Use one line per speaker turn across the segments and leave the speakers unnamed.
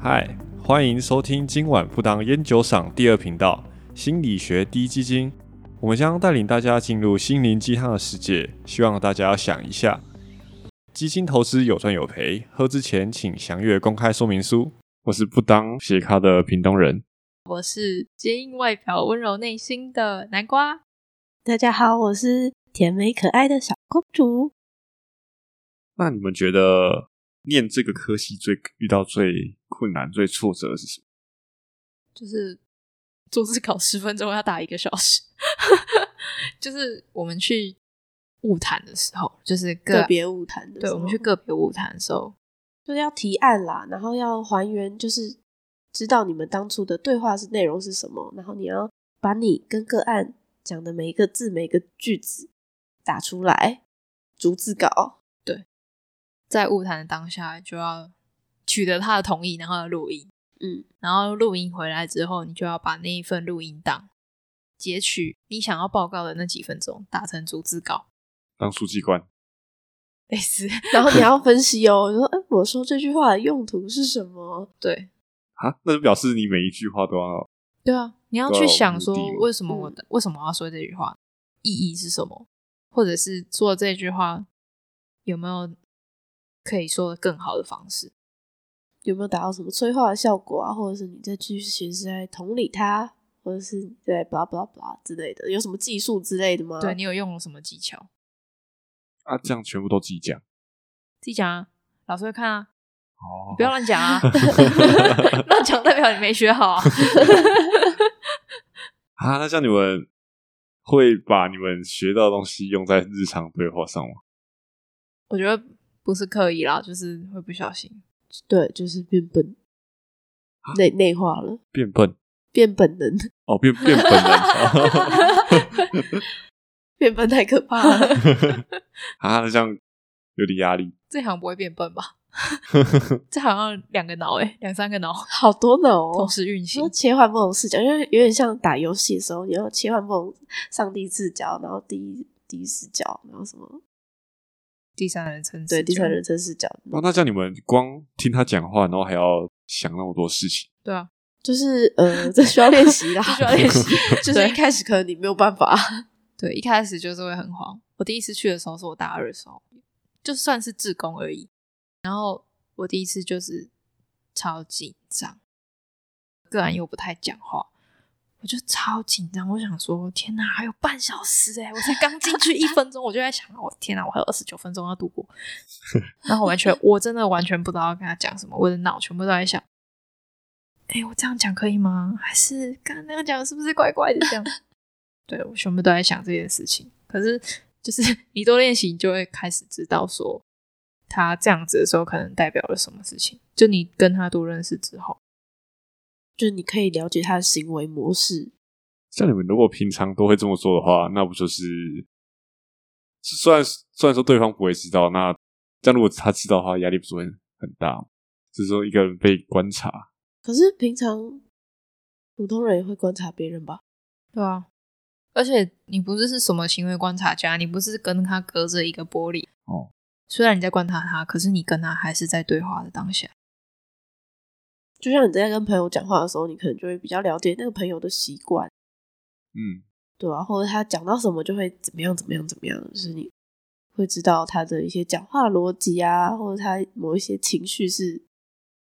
嗨，欢迎收听今晚不当烟酒赏第二频道心理学低基金，我们将带领大家进入心灵鸡汤的世界，希望大家想一下，基金投资有赚有赔，喝之前请详阅公开说明书。我是不当斜咖的屏东人，
我是坚硬外表、温柔内心的南瓜。
大家好，我是甜美可爱的小公主。
那你们觉得念这个科系最遇到最困难、最挫折的是什么？
就是做自考十分钟要打一个小时， 就是我们去物谈的时候，就是
个别物谈的时
对，
候，
我们去个别物谈的时候，
就是要提案啦，然后要还原，就是知道你们当初的对话是内容是什么，然后你要把你跟个案讲的每一个字、每一个句子打出来，逐字稿。
在物谈的当下就要取得他的同意，然后录音，
嗯，
然后录音回来之后，你就要把那一份录音档截取你想要报告的那几分钟，打成逐字稿，
当书记官，
类似
然后你要分析哦， 你说，哎、我说这句话的用途是什么？
对
啊，那就表示你每一句话都要
对啊，你要
都要
去
有
想
目
说
的嘛
为什么我
嗯
的、为什么我要说这句话，意义是什么，或者是做这句话有没有可以说的更好的方式？
有没有达到什么催化的效果啊？或者是你这句其实是在同理他，或者是你在 blah blah blah 之类的，有什么技术之类的吗？
对你有用了什么技巧？
啊，这样全部都自己讲
自己讲啊，老师会看啊，
哦
你不要乱 讲啊，乱讲代表你没学好啊。
啊，那像你们会把你们学到的东西用在日常对话上吗？
我觉得不是刻意啦，就是会不小心。
对，就是变笨，
啊
内内化了，
变笨
变本能，
哦，变变本能
变笨太可怕了。
啊，那这样有点压力。
这好像不会变笨吧？ 这好像两个脑哎、两三个脑
好多脑哦
同，时运行
说。切换不同视角，因为有点像打游戏的时候，你要切换不同上帝视角，然后第一第一视角，然后什么
第三人称
对
视
第三
角
人称视角，
哦，那这样你们光听他讲话，然后还要想那么多事情，
对啊，
就是呃，这需要练习啦，
这
哎
需要练习
就是一开始可能你没有办法，
对，一开始就是会很慌。我第一次去的时候是我大二的时候，就算是志工而已。然后我第一次就是超紧张，个人又不太讲话，我就超紧张。我想说，天哪，还有半小时哎、我才刚进去一分钟，我就在想，我、天哪，我还有二十九分钟要度过。然后我完全，我真的完全不知道要跟他讲什么，我的脑全部都在想。哎、我这样讲可以吗？还是刚刚那样讲是不是怪怪的？这样，对我全部都在想这件事情。可是，就是 你多练习，你就会开始知道说，他这样子的时候可能代表了什么事情。就你跟他多认识之后，
就是你可以了解他的行为模式，
像你们如果平常都会这么做的话，那不就是是虽然虽然说对方不会知道，那但如果他知道的话，压力不是会很大吗？就是说一个人被观察，
可是平常普通人也会观察别人吧？
对啊。而且你不是是什么行为观察家，你不是跟他隔着一个玻璃
哦。
虽然你在观察他，可是你跟他还是在对话的当下。
就像你在跟朋友讲话的时候，你可能就会比较了解那个朋友的习惯，
嗯，
对吧、或者他讲到什么就会怎么样怎么样怎么样，就是你会知道他的一些讲话逻辑啊，或者他某一些情绪是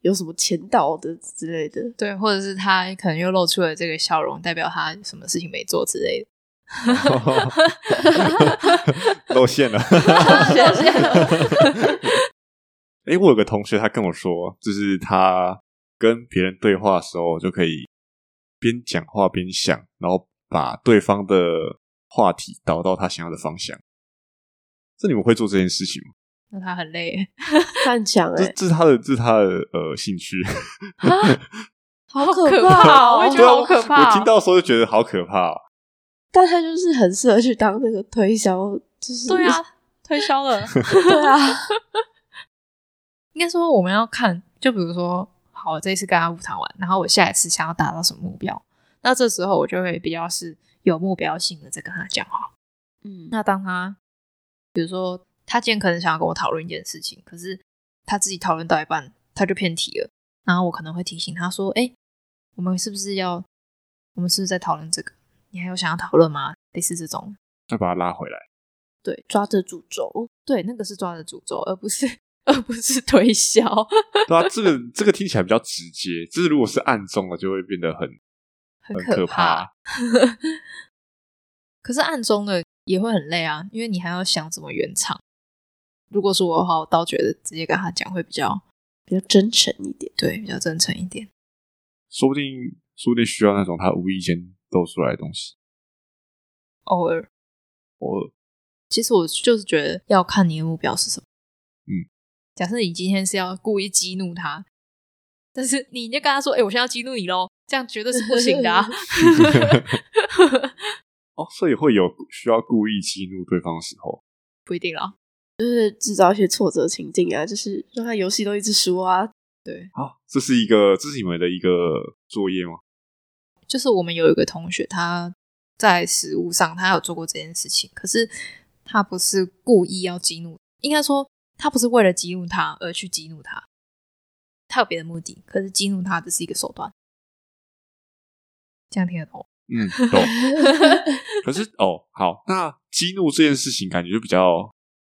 有什么前导的之类的。
对，或者是他可能又露出了这个笑容，代表他什么事情没做之类的。
露馅了。哎、我有个同学，他跟我说，就是他跟别人对话的时候，就可以边讲话边想，然后把对方的话题导到他想要的方向。这你们会做这件事情吗？
那他很累 耶，
看墙哎、
这这是他的，这是他的呃兴趣。
好
可
可
怕
怕
哦
哦！
我也觉得 好可怕哦
我听到的时候就觉得好可怕、哦。
但他就是很适合去当那个推销，就是
对啊， 推销 了。
对啊，
应该说我们要看，就比如说，好，我这一次跟他舞谈完，然后我下一次想要达到什么目标，那这时候我就会比较是有目标性的在跟他讲话。
嗯，
那当他，比如说他今天可能想要跟我讨论一件事情，可是他自己讨论到一半他就偏题了，然后我可能会提醒他说：“哎、我们是不是要，我们是不是在讨论这个？你还有想要讨论吗？”类似这种，
再把它拉回来。
对
抓着主轴，
对，那个是抓着诅咒，而不是 而不是推销。
对啊，这个这个听起来比较直接，这是如果是暗中的，就会变得很
很
可
可怕。可是暗中的也会很累啊，因为你还要想怎么圆场。如果是我的话，我倒觉得直接跟他讲会比较
比较真诚一点。
对，比较真诚一点。
说不定说不定需要那种他无意间露出来的东西。
偶尔，
我
其实我就是觉得要看你的目标是什么。
嗯，
假设你今天是要故意激怒他，但是你就跟他说：“哎、我现在要激怒你喽！”这样绝对是不行的、啊。
哦，所以会有需要故意激怒对方的时候。
不一定啦，
就是制造一些挫折情境啊，就是让他游戏都一直输啊。
对，
好、这是一个这是你们的一个作业吗？
就是我们有一个同学，他在食物上他有做过这件事情，可是他不是故意要激怒，应该说他不是为了激怒他而去激怒他，他有别的目的，可是激怒他只是一个手段。这样听得懂吗？
嗯，懂。可是哦，好，那激怒这件事情感觉就比较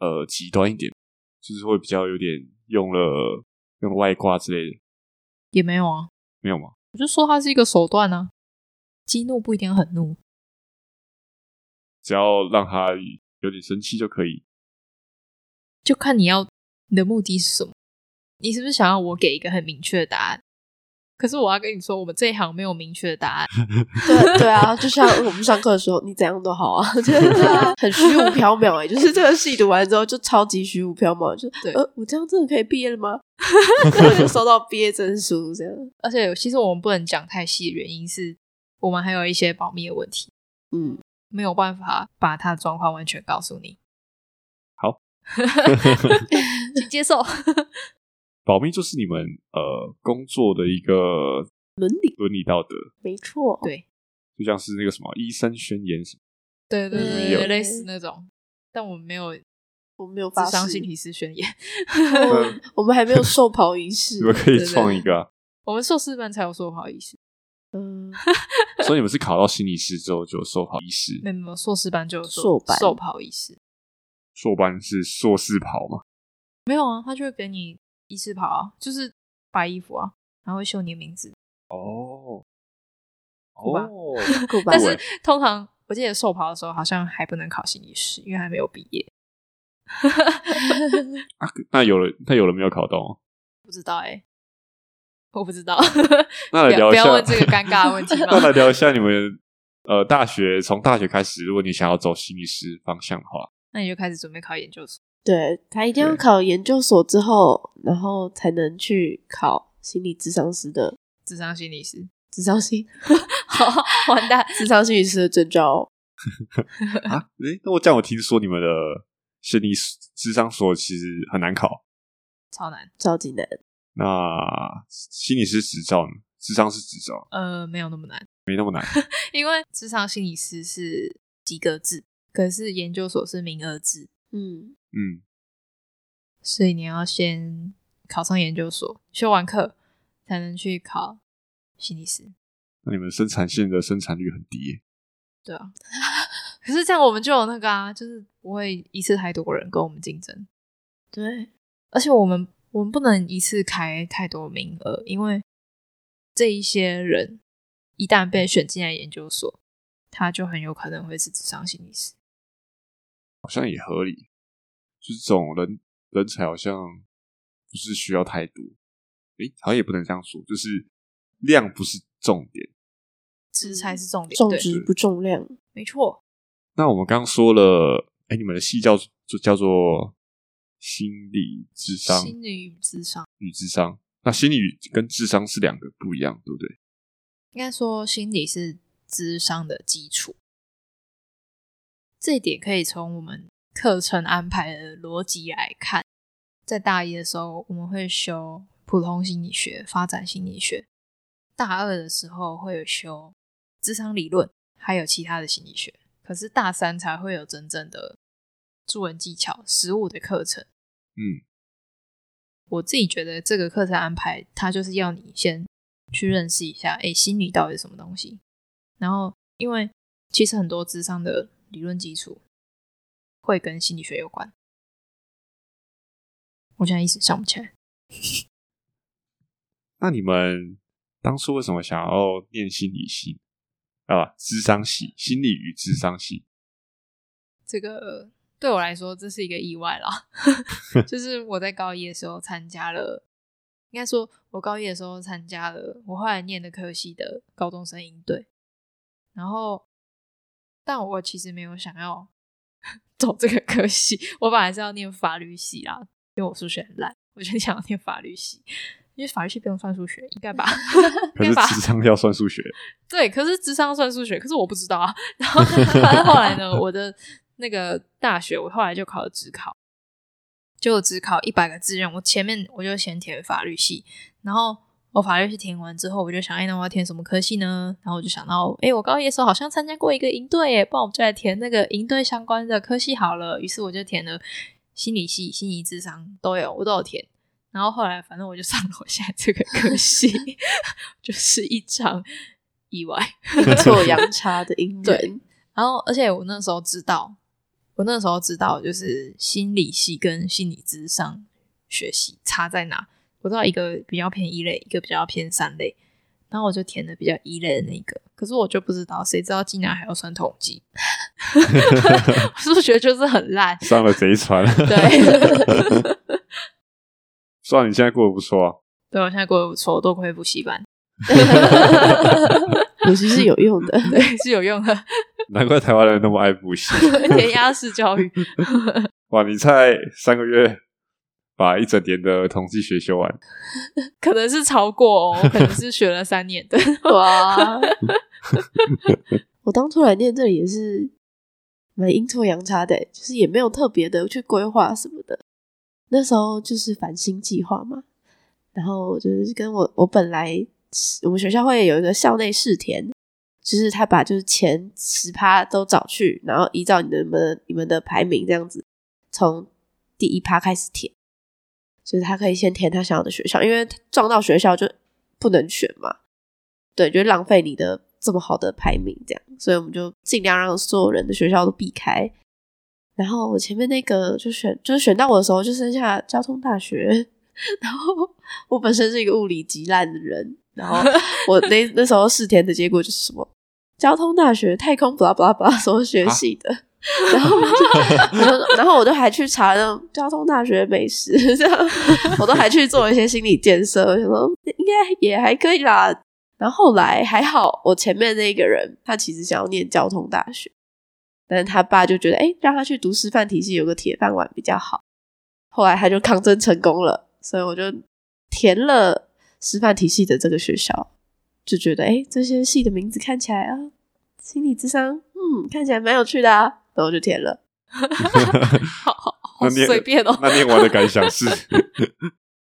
呃极端一点，就是会比较有点用了用了外挂之类的，
也没有啊，
没有吗？
我就说它是一个手段啊。激怒不一定要很怒，
只要让他有点生气就可以。
就看你要你的目的是什么。你是不是想要我给一个很明确的答案？可是我要跟你说，我们这一行没有明确的答案。
对对 啊，就像我们上课的时候，你怎样都好啊， 就是很虚无缥缈 哎、就是这个戏读完之后就超级虚无缥缈，就
对
呃，我这样真的可以毕业 了吗？然后就收到毕业证书这样，
而且其实我们不能讲太细，原因是我们还有一些保密的问题，
嗯，
没有办法把他的状况完全告诉你。
好，
请接 受。
保密就是你们呃工作的一个
伦理
伦理道德，
没错，
对
就像是那个什么医生宣言什么，
对对对
嗯有
对，类似那种，但我们没有智
我们没有发
商
誓
心，理师宣言，
我我们还没有受袍仪式
你，们可以
对对
创一个、啊。
我们硕士班才有说不好意思。
嗯，
所以你们是考到心理师之后就受好医师，
没有没有，硕士班就有
硕
说
班
授袍医师，
硕班是硕士跑嘛？
没有啊，他就会给你医师袍啊，就是白衣服啊，然后会绣你的名字。
哦，
酷吧
哦，
够吧
但
酷
是
欸
通常我记得授袍的时候，好像还不能考心理师，因为还没有毕业。
啊那有人那有人没有考到吗？
不知道哎、我不知道，
那来
不
聊
要不
一下，
要问这个尴尬的问 题
那来
嘛。
聊一下你们呃大学从大学开始，如果你想要走心理师方向的 话，
那你就开始准备考研究所。
对他一定要
对
考研究所之后，然后才能去考心理智商师的
智商心理师，
智商心
好 完蛋！
智商心理师的证照哦。
啊，诶，那我这样我听说你们的心理智商所其实很难考，
超难。
超级难，
那心理师执照呢？智商是执照，
呃，没有那么难，
没那么难。
因为智商心理师是及格制，可是研究所是名额制，
嗯，
嗯，
所以你要先考上研究所，修完课才能去考心理师。
那你们生产线的生产率很低耶，
对啊， 可是这样我们就有那个啊，就是不会一次太多人跟我们竞争，
对，
而且我们我们不能一次开太多名额，因为这一些人一旦被选进来研究所，他就很有可能会是智商心理师。
好像也合理。就是这种人人才好像不是需要太多，诶，好像也不能这样说，就是量不是重点。
值才是重点，
重
对，
质不重量，
没错，
那我们刚说了，哎，你们的系叫就叫做心理智商
心理与智商，
与智商。那心理与跟智商是两个不一样，对不对？
应该说心理是智商的基础。这一点可以从我们课程安排的逻辑来看，在大一的时候我们会修普通心理学、发展心理学，大二的时候会有修智商理论，还有其他的心理学。可是大三才会有真正的助人技巧、实务的课程。
嗯，
我自己觉得这个课程安排，它就是要你先去认识一下，哎，心理到底是什么东西。然后，因为其实很多智商的理论基础会跟心理学有关。我现在一时想不起来。
那你们当初为什么想要念心理系啊？智商系，心理与智商系。
这个对我来说，这是一个意外啦。就是我在高一的时候参加了，应该说我高一的时候参加了我后来念的科系的高中生营队，然后，但我其实没有想要 走这个科系，我本来是要念法律系啦，因为我数学很烂，我就想要念法律系，因为法律系不用算数学，应该吧？
可
应
是
该吧？
智商要算数学，
对，可是智商算数学，可是我不知道啊。然后，反正后来呢，我的那个大学，我后来就考了职考，就只考一百个志愿。我前面我就先填法律系，然后我法律系填完之后，我就想，哎，那我要填什么科系呢？然后我就想到，哎，我高一的时候好像参加过一个营队耶，不然我们就来填那个营队相关的科系好了。于是我就填了心理系、心理智商都有，我都有填。然后后来，反正我就上了我现在这个科系， 就是一场意外。
阴错阳差的姻
对
缘。
然后，而且我那时候知道，我那时候知道，就是心理系跟心理智商学习差在哪。我知道一个比较偏一类，一个比较偏三类，然后我就填的比较一类的那个。可是我就不知道，谁知道竟然还要算统计， 我数学就是很烂。
上了贼船。
对，
算了，你现在过得不错、啊。
对我现在过得不错，我多亏补习班，
尤其是有用 的，
对，是有用的，
难怪台湾人那么爱补习。
填鸭式教育。
哇，你才三个月把一整年的统计学修完，
可能是超过哦，可能是学了三年的。
哇！ 我当初来念这里也是蛮阴错阳差的，欸就是也没有特别的去规划什么的。那时候就是繁星计划嘛，然后我就是跟我我本来我们学校会有一个校内试填，就是他把就是前十趴都找去，然后依照你的你们的你们的排名这样子，从第一趴开始填。就是他可以先填他想要的学校，因为撞到学校就不能选嘛，对，就浪费你的这么好的排名，这样，所以我们就尽量让所有人的学校都避开。然后我前面那个就选，就是选到我的时候，就剩下交通大学。 然后我本身是一个物理极烂的人，然后我那那时候试填的结果就是什么交通大学、太空，巴拉巴拉巴拉什么学系的。然后我就， 然后然后我都还去查那种交通大学美食，这样我都还去做一些心理建设，我想说应该也还可以啦，然后后来还好，我前面那个人他其实想要念交通大学，但是他爸就觉得，哎、让他去读师范体系，有个铁饭碗比较好。后来他就抗争成功了，所以我就填了师范体系的这个学校，就觉得，哎、这些系的名字看起来啊，心理智商，嗯，看起来蛮有趣的啊，然后我就填了。
好好
那
好
念
随便哦。
那念完的感想是，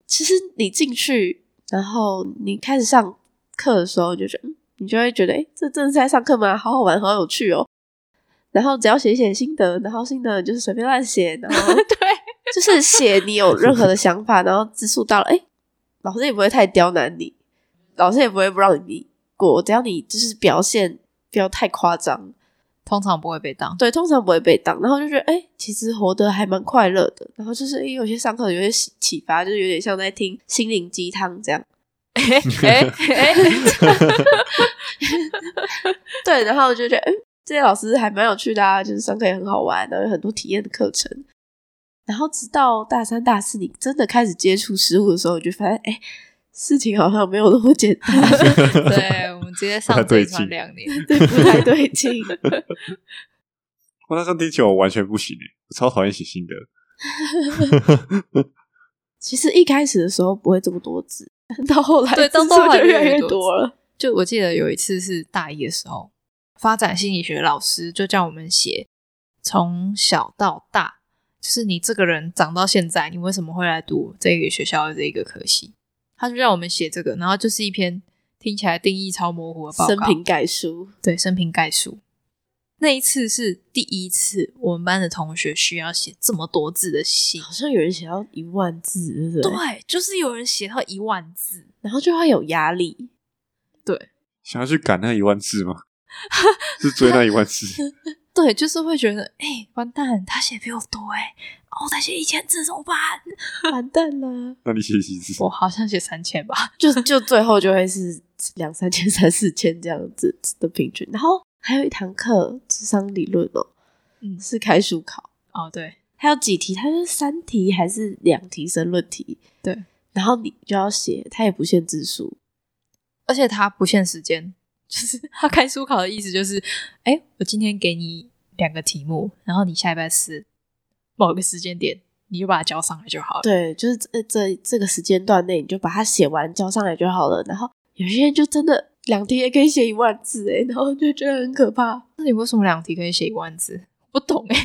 其实你进去，然后你开始上课的时候，你就觉得，嗯你就会觉得，哎、这真的是在上课吗？好好玩，好有趣哦。然后只要写一写心得，然后心得你就是随便乱写，然后
对，
就是写你有任何的想法，然后字数到了，哎、老师也不会太刁难你，老师也不会不让你过，只要你就是表现不要太夸张，
通常不会被 当。
对，通常不会被当，然后就觉得哎、诶其实活得还蛮快乐的。然后就是因为有些上课有些启启发，就是有点像在听心灵鸡汤这样。
哎哎哎，
对，然后我就觉得，哎、这些老师还蛮有趣的啊，就是上课也很好玩，然后有很多体验的课程。然后直到大三、大四，你真的开始接触食物的时候，你就发现，哎、事情好像没有那么简单，
对，我们直接上这一串两年，
对，不太对劲。
我那时候听起来我完全不行诶，我超讨厌写心得。
其实一开始的时候不会这么多字，到后来
对
字
到后来
数就
越
越
来
来
越
越
多
多了。
就我记得有一次是大一的时候，发展心理学老师就叫我们写从小到大，就是你这个人长到现在，你为什么会来读这个学校的这个科系？他就让我们写这个，然后就是一篇听起来定义超模糊的报
生
告，
平概述，
对生平概述。那一次是第一次，我们班的同学需要写这么多字的信。
好像有人写到一万字，对不对？
对，就是有人写到一万字，
然后就会有压力。
想要去赶那一万字吗？ 是追那一万字？
对，就是会觉得，哎、完蛋，他写比我多、哎，哦，他写一千字怎么办？
完蛋了，
那你写几字？
我好像写三千吧，
就就最后就会是两三千、三四千这样子的平均。然后还有一堂课，智商理论哦，
嗯，
是开书考，
哦，对，
还有几题，它是三题还是两题申论题？
对，
然后你就要写，它也不限字数，
而且他不限时间，就是他开书考的意思就是，哎、我今天给你两个题目，然后你下礼拜四某个时间点你就把它交上来就好了。
对，就是这这这个时间段内，你就把它写完交上来就好了。然后有些人就真的两题也可以写一万字诶，然后就觉得很可怕。
那你为什么两题可以写一万字？不懂哎、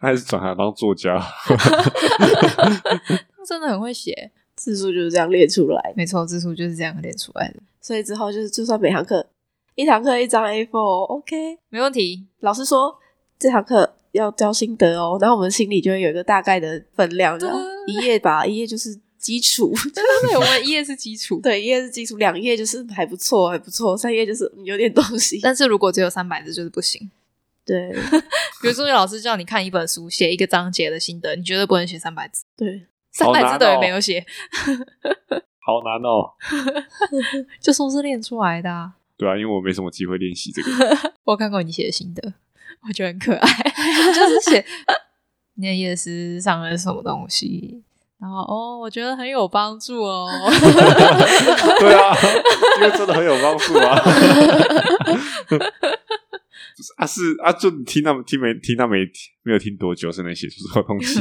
他还是转行当作家？
他们真的很会写。
字数就是这样列出来，
没错，字数就是这样练出来的，
所以之后就是就算每堂课一堂课一张 A4，OK，、
没问题。
老师说这堂课要交心得哦，然后我们心里就会有一个大概的分量，
对啊
然后一页吧，一页就是基础，
对 对，我们一页是基础，
对，一页是基础，两页就是还不错，还不错，三页就是嗯有点东西，
但是如果只有三百字就是不行。
对
比如说，老师叫你看一本书，写一个章节的心得，你绝对不能写三百字，
对，
三
好
百
难
字等于
哦
没有写，
好难哦。
就说是练出来的、啊。
对啊，因为我没什么机会练习这个。
我有看过你写的心得， 我觉得很可爱， 就是写你的夜思上了什么东西，然后哦，我觉得很有帮助哦。
对啊，因为真的很有帮助啊。不是 啊是啊，就你听他们听没听他没没有听多久，是能写出什么东 西？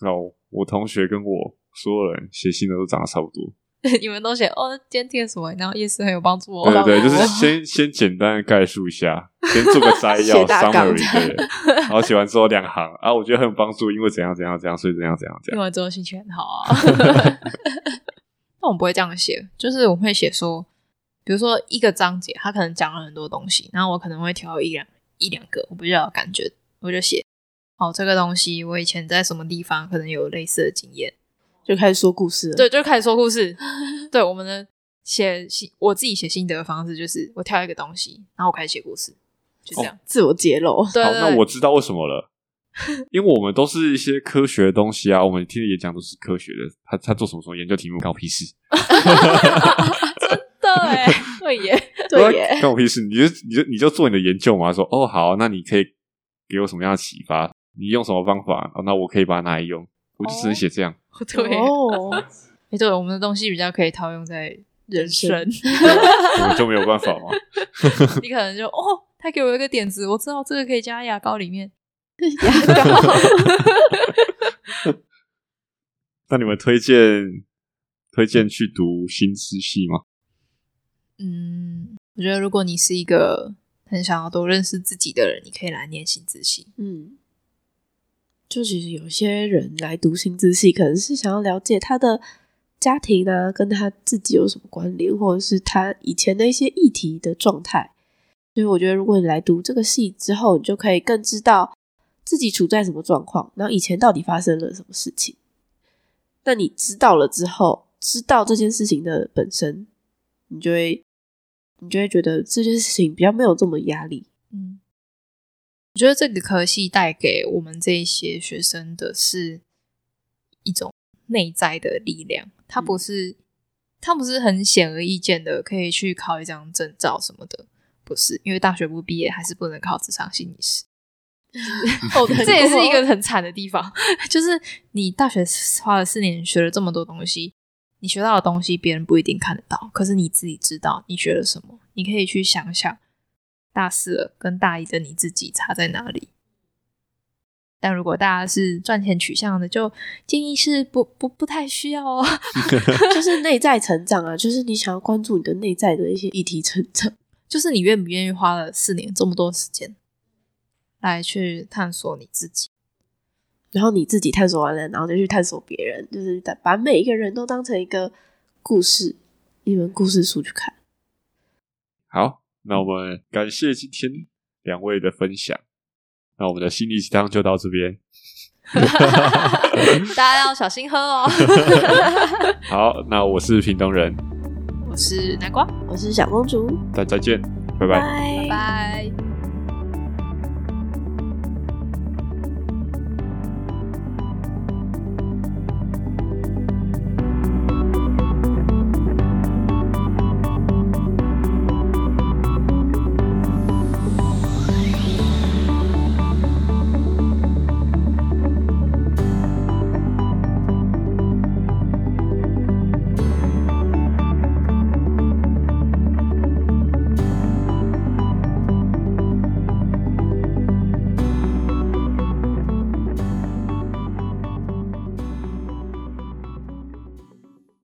然后我同学跟我所有人写信的都长得差不多。
你们都写哦，今天听了什么，然后夜思很有帮助
对
哦。
对对，就是
哦
先先简单的概述一 下，先做个摘要
写大纲
summary，对，然后写完之后两行啊，我觉得很有帮助，因为怎样怎样怎样，所以怎样怎样怎
听
样。
完之后心情很好啊。那我们不会这样写，就是我会写说，比如说一个章节，他可能讲了很多东西，然后我可能会挑一两一两个我比较有感觉，我就写，哦，这个东西我以前在什么地方可能有类似的经验，
就开始说故事了，
对，就开始说故事。 对，我们的写心，我自己写心得的方式就是我挑一个东西，然后我开始写故事，就这样。
自我揭露，
对
好，
对对
那我知道为什么了，因为我们都是一些科学的东西啊，我们听的演讲都是科学的，他他做什么什么研究题目，关我屁事，
对 欸，对耶，
对耶，
啊关我屁事，你就你就你就做你的研究嘛，说哦好，那你可以给我什么样的启发？你用什么方法？哦，那我可以把它拿来用，我就只能写这样。
对 耶，
哦，
诶对，我们的东西比较可以套用在人
人生
生。
对啊我们就没有办法嘛。
你可能就哦，他给我一个点子，我知道这个可以加牙膏里面。
那你们推荐推荐去读新知系吗？
嗯，我觉得如果你是一个很想要多认识自己的人，你可以来念心自系。
嗯，就其实有些人来读心智系，可能是想要了解他的家庭啊，跟他自己有什么关联，或者是他以前的一些议题的状态。所以我觉得，如果你来读这个系之后，你就可以更知道自己处在什么状况，然后以前到底发生了什么事情。那你知道了之后，知道这件事情的本身，你就会你就会觉得这件事情比较没有这么压力。
嗯，我觉得这个科系带给我们这一些学生的是一种内在的力量，它不是、它不是很显而易见的，可以去考一张证照什么的，不是，因为大学部毕业还是不能考职场心理师。
哦，
这也是一个很惨的地方， 就是你大学花了四年学了这么多东西，你学到的东西别人不一定看得到，可是你自己知道你学了什么，你可以去想想大四了跟大一的你自己差在哪里。但如果大家是赚钱取向的，就建议是不不不太需要哦。
就是内在成长啊，就是你想要关注你的内在的一些议题成长。
就是你愿不愿意花了四年这么多时间来去探索你自己。
然后你自己探索完了，然后再去探索别人，就是把每一个人都当成一个故事，一本故事书去看。
好，那我们感谢今天两位的分享。那我们的心灵鸡汤就到这边。
大家要小心喝哦。
好，那我是屏东人，
我是南瓜，
我是小公主，
大家再见，拜拜。
拜拜。